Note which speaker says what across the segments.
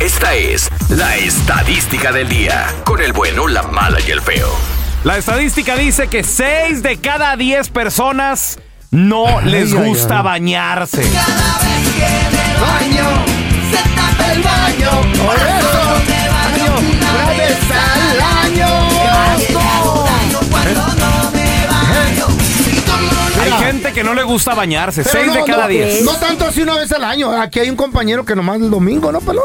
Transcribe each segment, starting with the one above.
Speaker 1: Esta es la estadística del día, con el bueno, la mala y el feo.
Speaker 2: La estadística dice que 6 de cada 10 personas no les
Speaker 3: ay,
Speaker 2: gusta
Speaker 3: ay.
Speaker 2: bañarse.
Speaker 4: baño, se tapa el baño. Por eso me baño una vez al año. Cuando no me baño, y como
Speaker 2: Hay
Speaker 3: Mira.
Speaker 2: gente que no le gusta bañarse,
Speaker 3: Pero
Speaker 2: 6 de
Speaker 3: no,
Speaker 2: cada
Speaker 3: no,
Speaker 2: 10.
Speaker 3: No tanto así una vez al año. Aquí hay un compañero que nomás el domingo, ¿no, pelón?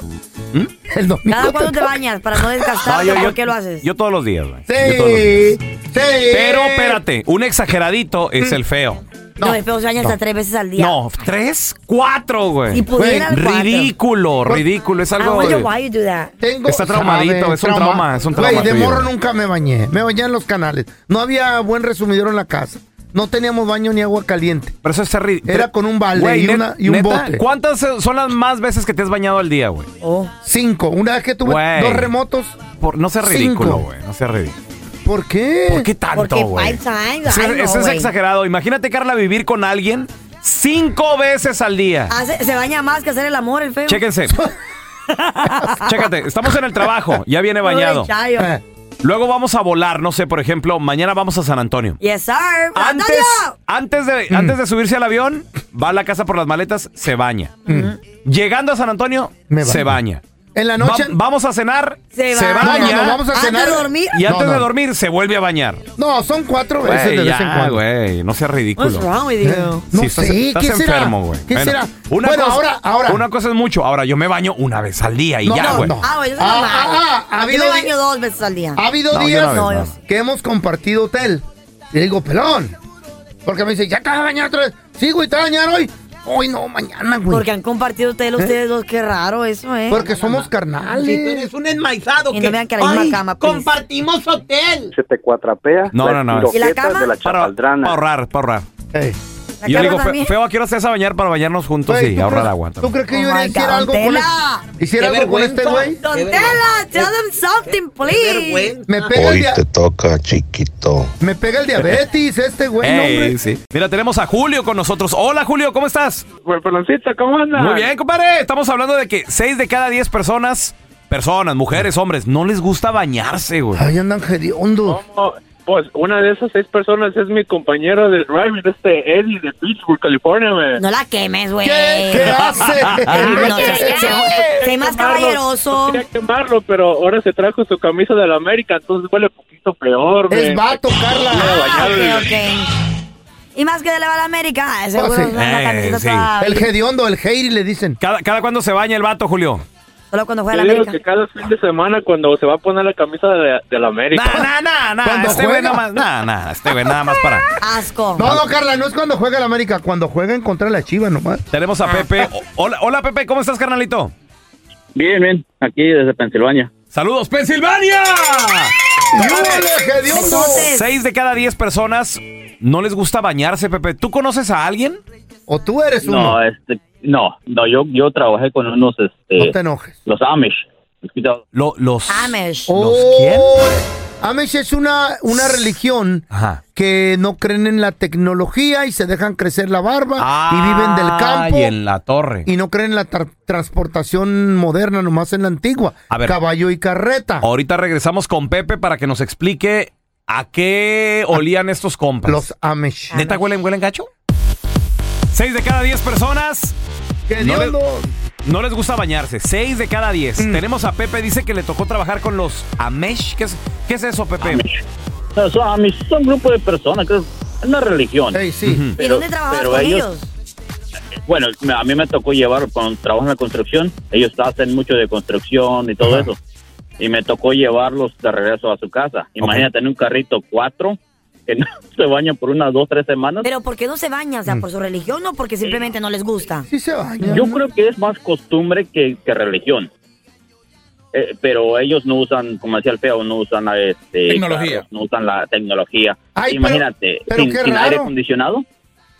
Speaker 2: ¿Mm?
Speaker 3: El domingo.
Speaker 5: ¿Cada cuándo te bañas? Para no
Speaker 2: No,
Speaker 5: desgastarte,
Speaker 2: yo- yo-
Speaker 5: ¿por qué lo haces?
Speaker 2: Yo todos los días, güey. Yo todos los días.
Speaker 3: Sí, sí.
Speaker 2: Pero espérate, un exageradito es el feo.
Speaker 5: no, es feo, se baña hasta tres veces al día.
Speaker 2: No, tres, cuatro, Ah, güey.
Speaker 5: Si pudiera,
Speaker 2: Güey,
Speaker 5: cuatro.
Speaker 2: ridículo, ridículo. Es
Speaker 5: I
Speaker 2: algo.
Speaker 5: wonder
Speaker 2: de-
Speaker 5: why you do that.
Speaker 3: Tengo-
Speaker 2: Está traumadito,
Speaker 3: sabe,
Speaker 2: es un trauma, es un trauma
Speaker 3: Güey, de
Speaker 2: tuyo.
Speaker 3: morro nunca me bañé. Me bañé en los canales. No había buen resumidero en la casa. No teníamos baño ni agua caliente.
Speaker 2: Pero eso está ridículo.
Speaker 3: Era con un balde y una- y un bote.
Speaker 2: ¿Cuántas son las más veces que te has bañado al día, güey?
Speaker 5: Oh.
Speaker 3: Cinco. Una vez que tuve
Speaker 2: Güey.
Speaker 3: dos remotos.
Speaker 2: Por- No sea
Speaker 3: Cinco.
Speaker 2: ridículo, güey. No sea ridículo.
Speaker 3: ¿Por qué?
Speaker 2: ¿Por qué tanto,
Speaker 5: Porque
Speaker 2: güey?
Speaker 5: five times,
Speaker 2: Eso
Speaker 5: ay, no,
Speaker 2: eso es
Speaker 5: güey.
Speaker 2: exagerado. Imagínate, Carla, vivir con alguien cinco veces al día.
Speaker 5: Hace- se baña más que hacer el amor, el feo.
Speaker 2: Chéquense. Chécate, estamos en el trabajo, ya viene
Speaker 5: Todo de
Speaker 2: bañado.
Speaker 5: chayo.
Speaker 3: Eh,
Speaker 2: Luego vamos a volar, no sé, por ejemplo, mañana vamos a San Antonio.
Speaker 5: Yes, sir.
Speaker 2: Antes,
Speaker 5: ¡Antonio!
Speaker 2: antes,
Speaker 3: Mm.
Speaker 2: de, antes de subirse al avión, va a la casa por las maletas, se baña. Llegando a San Antonio,
Speaker 3: Mm. Me
Speaker 2: se baña.
Speaker 3: baño. En la noche.
Speaker 2: Va- vamos a cenar, se,
Speaker 5: Se baña.
Speaker 2: baña.
Speaker 3: No, no, no, vamos a
Speaker 5: Antes
Speaker 3: cenar.
Speaker 5: de dormir.
Speaker 2: Y
Speaker 3: No,
Speaker 2: antes de
Speaker 3: no.
Speaker 2: dormir, se vuelve a bañar.
Speaker 3: No, son cuatro veces
Speaker 2: Güey,
Speaker 3: de vez en
Speaker 2: ya,
Speaker 3: cuando.
Speaker 2: güey, no sea ridículo.
Speaker 5: What's wrong with
Speaker 3: Eh,
Speaker 5: you?
Speaker 3: No
Speaker 2: Sí,
Speaker 3: sé,
Speaker 2: estás, estás
Speaker 3: ¿qué será?
Speaker 2: enfermo, güey.
Speaker 3: ¿Qué
Speaker 2: Bueno,
Speaker 3: será?
Speaker 2: una
Speaker 3: bueno,
Speaker 2: cosa-
Speaker 3: ahora, ahora.
Speaker 2: Una cosa es mucho. Ahora, yo me baño una vez al día y
Speaker 3: No,
Speaker 2: ya,
Speaker 3: no,
Speaker 2: güey.
Speaker 3: no.
Speaker 5: Ah, güey, eso es
Speaker 3: Ah,
Speaker 5: normal.
Speaker 3: ah, ah, ha
Speaker 5: Yo
Speaker 3: habido
Speaker 5: me
Speaker 3: di-
Speaker 5: baño dos veces al día.
Speaker 3: Ha habido
Speaker 2: No, yo
Speaker 3: días
Speaker 2: no, yo no.
Speaker 3: que hemos compartido hotel. Y le digo, pelón. Porque me dice, ya te vas a bañar otra vez. Sí, güey, te vas a bañar hoy. Hoy no, mañana, güey.
Speaker 5: Porque han compartido hotel ustedes dos, qué raro eso, ¿eh?
Speaker 3: Eh. Porque somos carnales.
Speaker 6: Si tú eres un enmaizado
Speaker 5: Y
Speaker 6: que,
Speaker 5: no vean que la misma
Speaker 6: Ay,
Speaker 5: cama, pues. please.
Speaker 6: compartimos hotel.
Speaker 7: se te cuatrapea.
Speaker 2: No, no, no.
Speaker 7: piroquetas
Speaker 5: ¿Y la cama?
Speaker 7: de la
Speaker 2: Para,
Speaker 7: chapaldrana.
Speaker 2: para ahorrar, para ahorrar.
Speaker 3: Ey.
Speaker 5: La
Speaker 2: Y yo le
Speaker 5: Carla
Speaker 2: digo, fe,
Speaker 5: también.
Speaker 2: feo, ¿a qué hora te vas a bañar para bañarnos juntos
Speaker 3: Güey,
Speaker 2: y
Speaker 3: ¿tú
Speaker 2: ahorrar
Speaker 3: crees-
Speaker 2: agua?
Speaker 3: ¿Tú crees que
Speaker 5: Oh
Speaker 3: yo
Speaker 5: my
Speaker 3: iría a hacer
Speaker 5: God,
Speaker 3: algo con
Speaker 5: Tela.
Speaker 3: este, hiciera
Speaker 6: Qué
Speaker 3: algo con este
Speaker 6: vergüenza.
Speaker 3: güey?
Speaker 5: Don
Speaker 6: Qué
Speaker 5: Tela,
Speaker 6: vergüenza.
Speaker 5: tell them something,
Speaker 6: Qué
Speaker 5: please.
Speaker 6: vergüenza.
Speaker 3: Me pega, el dia-
Speaker 8: toca, chiquito.
Speaker 3: me pega el diabetes este güey, no,
Speaker 2: Ey,
Speaker 3: hombre.
Speaker 2: sí. Mira, tenemos a Julio con nosotros. Hola, Julio, ¿cómo estás?
Speaker 7: Pues, peloncito, ¿cómo andas?
Speaker 2: Muy bien, compadre. Estamos hablando de que 6 de cada 10 personas, personas, mujeres, hombres, no les gusta bañarse, güey.
Speaker 3: Ahí andan hediondos.
Speaker 7: ¿Cómo? Pues una de esas seis personas es mi compañero de driving, este Eddie de Pittsburgh, California, me.
Speaker 5: No la quemes, güey.
Speaker 3: ¿Qué, qué hace?
Speaker 5: Ah, no, sé, sé- sé- sé más
Speaker 7: Quemarlo.
Speaker 5: caballeroso.
Speaker 7: Quería quemarlo, pero ahora se trajo su camisa de la América, entonces huele poquito peor,
Speaker 3: es
Speaker 7: me.
Speaker 3: vato,
Speaker 5: Ah,
Speaker 3: Carla.
Speaker 5: ok, ok. Y más que de la América, eh, seguro
Speaker 3: sí.
Speaker 5: no anda
Speaker 2: Eh,
Speaker 5: camiseta
Speaker 2: sí.
Speaker 5: toda-
Speaker 3: El hediondo, el heiri le dicen.
Speaker 2: ¿Cada, cada cuándo se baña el vato, Julio?
Speaker 5: Solo cuando juega
Speaker 7: Yo
Speaker 5: la
Speaker 7: digo
Speaker 5: América.
Speaker 7: que cada fin de semana cuando se va a poner la camisa de, de la América.
Speaker 2: Nah, nah, nah, nah.
Speaker 3: Cuando
Speaker 2: Este güey
Speaker 3: juega.
Speaker 2: nada más. Nah, nah. Este güey nada más para.
Speaker 5: Asco.
Speaker 3: No, no, Carla, no es cuando juega el América, cuando juega en contra de la Chiva nomás.
Speaker 2: Tenemos a Pepe. O- Hola, hola, Pepe, ¿cómo estás, carnalito?
Speaker 9: Bien, bien, aquí desde Pensilvania.
Speaker 2: ¡Saludos, Pensilvania!
Speaker 3: ¡Yúbele, hediondo!
Speaker 5: Besotes.
Speaker 2: Seis de cada diez personas no les gusta bañarse, Pepe. ¿Tú conoces a alguien?
Speaker 3: O tú eres uno.
Speaker 2: eh.
Speaker 9: No, este, no, no, yo, yo trabajé con unos,
Speaker 3: No
Speaker 9: este,
Speaker 3: te enojes.
Speaker 9: los Amish. Escucha,
Speaker 2: Lo- los.
Speaker 5: Amish.
Speaker 2: ¿Los
Speaker 3: Oh,
Speaker 2: quién?
Speaker 3: Amish es una, una religión
Speaker 2: Ajá.
Speaker 3: que no creen en la tecnología y se dejan crecer la barba y viven del campo.
Speaker 2: Ah, Y en la torre.
Speaker 3: y no creen en la tra- transportación moderna, nomás en la antigua.
Speaker 2: A ver.
Speaker 3: Caballo y carreta.
Speaker 2: Ahorita regresamos con Pepe para que nos explique a qué olían estos compas.
Speaker 3: Los Amish.
Speaker 2: ¿Neta huelen, huelen gacho? Seis de cada diez personas
Speaker 3: ¡Qué
Speaker 2: No le-
Speaker 3: hediondo!
Speaker 2: no les gusta bañarse. Seis de cada diez.
Speaker 3: Mm.
Speaker 2: Tenemos a Pepe, dice que le tocó trabajar con los Amesh. ¿Qué es, qué es eso, Pepe?
Speaker 9: no, son Amish, son un grupo de personas, que es una religión.
Speaker 3: Ey, sí.
Speaker 5: ¿Y
Speaker 9: pero-
Speaker 5: dónde trabajabas
Speaker 9: pero
Speaker 5: con
Speaker 9: ellos-
Speaker 5: ellos?
Speaker 9: Bueno, me- a mí me tocó llevar, con trabajo en la construcción, ellos hacen mucho de construcción y todo
Speaker 3: Ajá.
Speaker 9: eso. Y me tocó llevarlos de regreso a su casa. Imagínate en un carrito cuatro, que no se bañan por unas dos, tres semanas.
Speaker 5: Pero ¿por qué no se bañan? O sea, ¿por su religión o porque simplemente no les gusta?
Speaker 3: Sí se baña.
Speaker 9: Yo creo que es más costumbre que, que religión. Eh, pero ellos no usan, como decía el feo, no usan la, este,
Speaker 2: Tecnología.
Speaker 9: carros, no usan la tecnología.
Speaker 3: Ay, pero-
Speaker 9: Imagínate,
Speaker 3: pero
Speaker 9: sin,
Speaker 3: qué
Speaker 9: sin aire
Speaker 3: raro.
Speaker 9: acondicionado.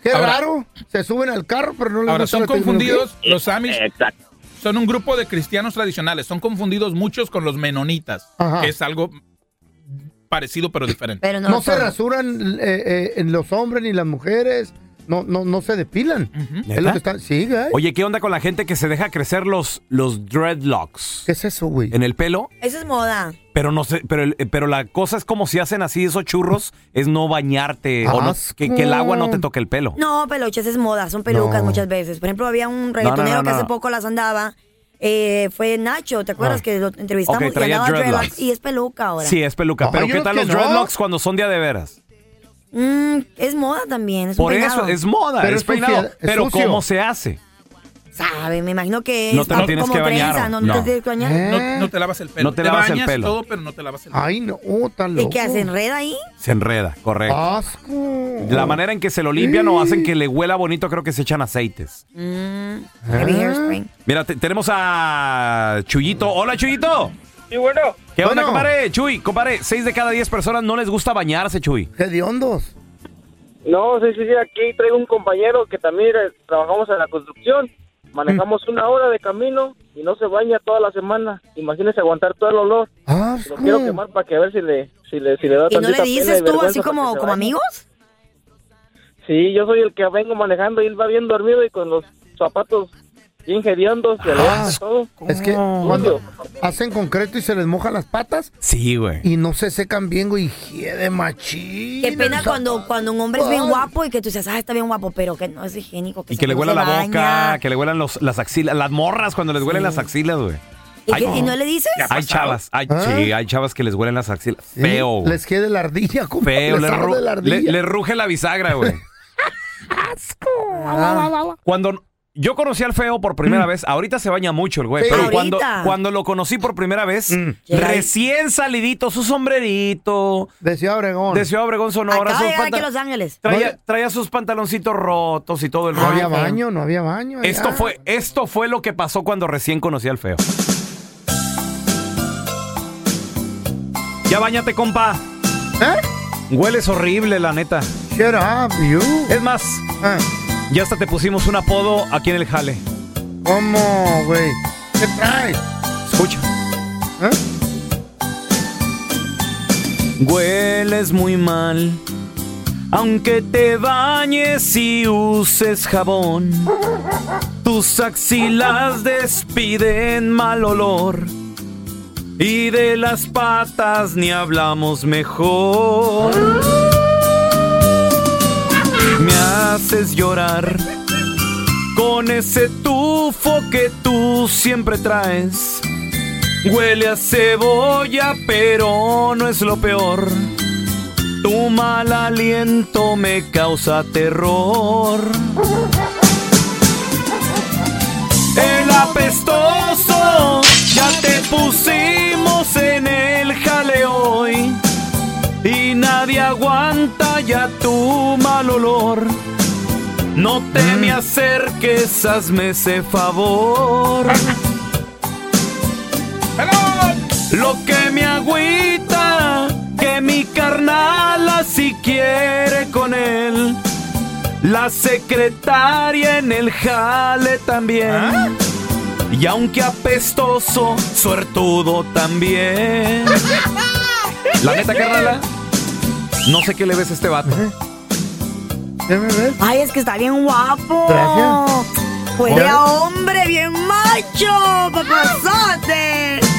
Speaker 3: Qué
Speaker 10: Ahora-
Speaker 3: raro. Se suben al carro, pero no les
Speaker 10: Ahora
Speaker 3: gusta
Speaker 10: son
Speaker 3: la tecnología.
Speaker 10: confundidos, los Amish
Speaker 9: Eh, Exacto.
Speaker 10: son un grupo de cristianos tradicionales, son confundidos muchos con los menonitas,
Speaker 3: Ajá.
Speaker 10: que es algo parecido pero diferente.
Speaker 5: Pero no,
Speaker 3: No
Speaker 5: lo
Speaker 3: se
Speaker 5: son.
Speaker 3: rasuran eh, eh, en los hombres ni las mujeres. no, no, no se depilan. Es lo
Speaker 2: ¿Neta?
Speaker 3: que están. Sí, güey.
Speaker 2: Oye, ¿qué onda con la gente que se deja crecer los, los dreadlocks
Speaker 3: ¿Qué es eso, güey?
Speaker 2: en el pelo?
Speaker 5: Eso es moda.
Speaker 2: Pero no sé, pero, el- eh, pero la cosa es como si hacen así esos churros, es no bañarte o no-
Speaker 3: Asco.
Speaker 2: que, que el agua
Speaker 3: mm.
Speaker 2: no te toque el pelo.
Speaker 5: No, peluches es moda, son pelucas
Speaker 3: No.
Speaker 5: muchas veces. Por ejemplo, había un
Speaker 2: no,
Speaker 5: reggaetonero
Speaker 2: no,
Speaker 5: que hace
Speaker 2: no.
Speaker 5: poco las andaba. eh, fue Nacho, ¿te acuerdas
Speaker 3: Ah.
Speaker 5: que lo entrevistamos?
Speaker 2: Ok, traía
Speaker 5: y andaba
Speaker 2: dreadlocks.
Speaker 5: dreadlocks, Y es peluca ahora.
Speaker 2: Sí, es peluca.
Speaker 3: Ay,
Speaker 2: pero
Speaker 3: yo
Speaker 2: ¿qué
Speaker 3: creo
Speaker 2: tal
Speaker 3: que
Speaker 2: los
Speaker 3: no.
Speaker 2: dreadlocks cuando son día de veras?
Speaker 5: Mm, es moda también. Es un
Speaker 2: Por eso,
Speaker 5: peinado.
Speaker 2: es moda,
Speaker 3: Pero
Speaker 2: es
Speaker 3: es
Speaker 2: peinado.
Speaker 3: sucia- es
Speaker 2: pero
Speaker 3: sucio.
Speaker 2: ¿cómo se hace?
Speaker 5: Sabe, me imagino que
Speaker 2: No
Speaker 5: es
Speaker 2: te lo
Speaker 5: pa-
Speaker 2: tienes
Speaker 5: como
Speaker 2: que bañar.
Speaker 5: trenza, no,
Speaker 2: No.
Speaker 5: no te tienes que bañar.
Speaker 3: ¿Eh?
Speaker 10: No, no te lavas el pelo.
Speaker 2: No te lavas el
Speaker 10: bañas
Speaker 2: pelo.
Speaker 10: todo, pero no te lavas el pelo.
Speaker 3: Ay, no, tan loco.
Speaker 5: ¿Y qué hace? ¿Enreda ahí?
Speaker 2: Se enreda, correcto.
Speaker 3: Ah, Asco.
Speaker 2: La manera en que se lo limpian o hacen que le huela bonito, creo que se echan aceites.
Speaker 5: Mm, heavy
Speaker 3: Ah.
Speaker 5: hairspray.
Speaker 2: Mira, te- tenemos a Chuyito. Hola, Chuyito.
Speaker 7: Sí, bueno.
Speaker 2: ¿Qué onda,
Speaker 3: Bueno.
Speaker 2: compadre? Chuy, compadre, seis de cada diez personas no les gusta bañarse, Chuy.
Speaker 3: ¿Qué de hondos?
Speaker 7: No, sí, sí, sí, aquí traigo un compañero que también eh, trabajamos en la construcción. Manejamos una hora de camino y no se baña toda la semana. Imagínese aguantar todo el olor.
Speaker 3: Asco.
Speaker 7: Lo quiero quemar para que a ver si le, si le, si le da
Speaker 5: ¿Y no le
Speaker 7: tantita pena y
Speaker 5: dices tú
Speaker 7: vergüenza
Speaker 5: así
Speaker 7: para que
Speaker 5: como,
Speaker 7: se
Speaker 5: como
Speaker 7: bañe.
Speaker 5: amigos?
Speaker 7: Sí, yo soy el que vengo manejando y él va bien dormido y con los zapatos bien hediondos y
Speaker 3: Ah.
Speaker 7: olor y todo.
Speaker 3: Es que cuando hacen concreto y se les mojan las patas
Speaker 2: Sí, güey.
Speaker 3: y no se secan bien, güey. Hiede de machín.
Speaker 5: Qué pena
Speaker 3: el
Speaker 5: cuando,
Speaker 3: zapato.
Speaker 5: cuando un hombre es bien
Speaker 3: Ay.
Speaker 5: guapo y que tú dices, ah, está bien guapo, pero que no es higiénico.
Speaker 2: Y
Speaker 5: se-
Speaker 2: que le
Speaker 5: no
Speaker 2: huela
Speaker 5: se
Speaker 2: la
Speaker 5: baña.
Speaker 2: boca, que le huelan los, las axilas, las morras cuando les huelen las axilas, güey.
Speaker 5: ¿Y,
Speaker 2: Ay,
Speaker 5: que- y no le dices?
Speaker 10: Ya.
Speaker 2: Hay
Speaker 10: pasado.
Speaker 2: chavas, hay,
Speaker 3: ¿Ah?
Speaker 2: sí, hay chavas que les huelen las axilas.
Speaker 3: Sí,
Speaker 2: Feo. güey.
Speaker 3: Les quede la ardilla, compa.
Speaker 2: Feo,
Speaker 3: les
Speaker 2: le,
Speaker 3: arde
Speaker 2: ru-
Speaker 3: la
Speaker 2: le-
Speaker 3: ardilla.
Speaker 2: le ruge la bisagra, güey.
Speaker 3: Ah,
Speaker 2: Cuando yo conocí al feo por primera vez, ahorita se baña mucho el güey,
Speaker 3: Mm. Sí.
Speaker 2: pero
Speaker 5: Ahorita.
Speaker 2: cuando, cuando lo conocí por primera vez,
Speaker 3: Mm.
Speaker 2: recién salidito, su sombrerito,
Speaker 3: Decía Obregón.
Speaker 2: de Ciudad Obregón Sonora,
Speaker 5: Acaba
Speaker 2: sus
Speaker 5: de llegar aquí a
Speaker 2: pantal-
Speaker 5: Los Ángeles.
Speaker 2: traía, traía sus pantaloncitos rotos y todo el
Speaker 3: No
Speaker 2: rollo.
Speaker 3: había baño, no había baño.
Speaker 2: Esto
Speaker 3: allá.
Speaker 2: fue, esto fue lo que pasó cuando recién conocí al feo. Ya bañate, compa.
Speaker 3: ¿Eh?
Speaker 2: Hueles horrible, la neta.
Speaker 3: Shut up, you.
Speaker 2: Es más,
Speaker 3: Ah,
Speaker 2: ya hasta te pusimos un apodo aquí en el jale.
Speaker 3: ¿Cómo, güey? ¿Qué traes?
Speaker 2: Escucha.
Speaker 3: ¿Eh?
Speaker 2: Hueles muy mal, aunque te bañes y uses jabón. Tus axilas despiden mal olor. Y de las patas ni hablamos mejor. Me haces llorar con ese tufo que tú siempre traes. Huele a cebolla, pero no es lo peor. Tu mal aliento me causa terror. El apestoso, ya te pusimos en el jale hoy. Y nadie aguanta ya tu mal olor. No te me acerques, hazme ese favor. Lo que me agüita, que mi carnal así quiere con él. La secretaria en el jale también. Y aunque apestoso, suertudo también. La neta, carnala. No sé qué le ves a este vato.
Speaker 3: ¿Qué me ves?
Speaker 5: Ay, es que está bien guapo.
Speaker 3: Gracias.
Speaker 5: Huele
Speaker 3: Bueno.
Speaker 5: a hombre bien macho, papazote.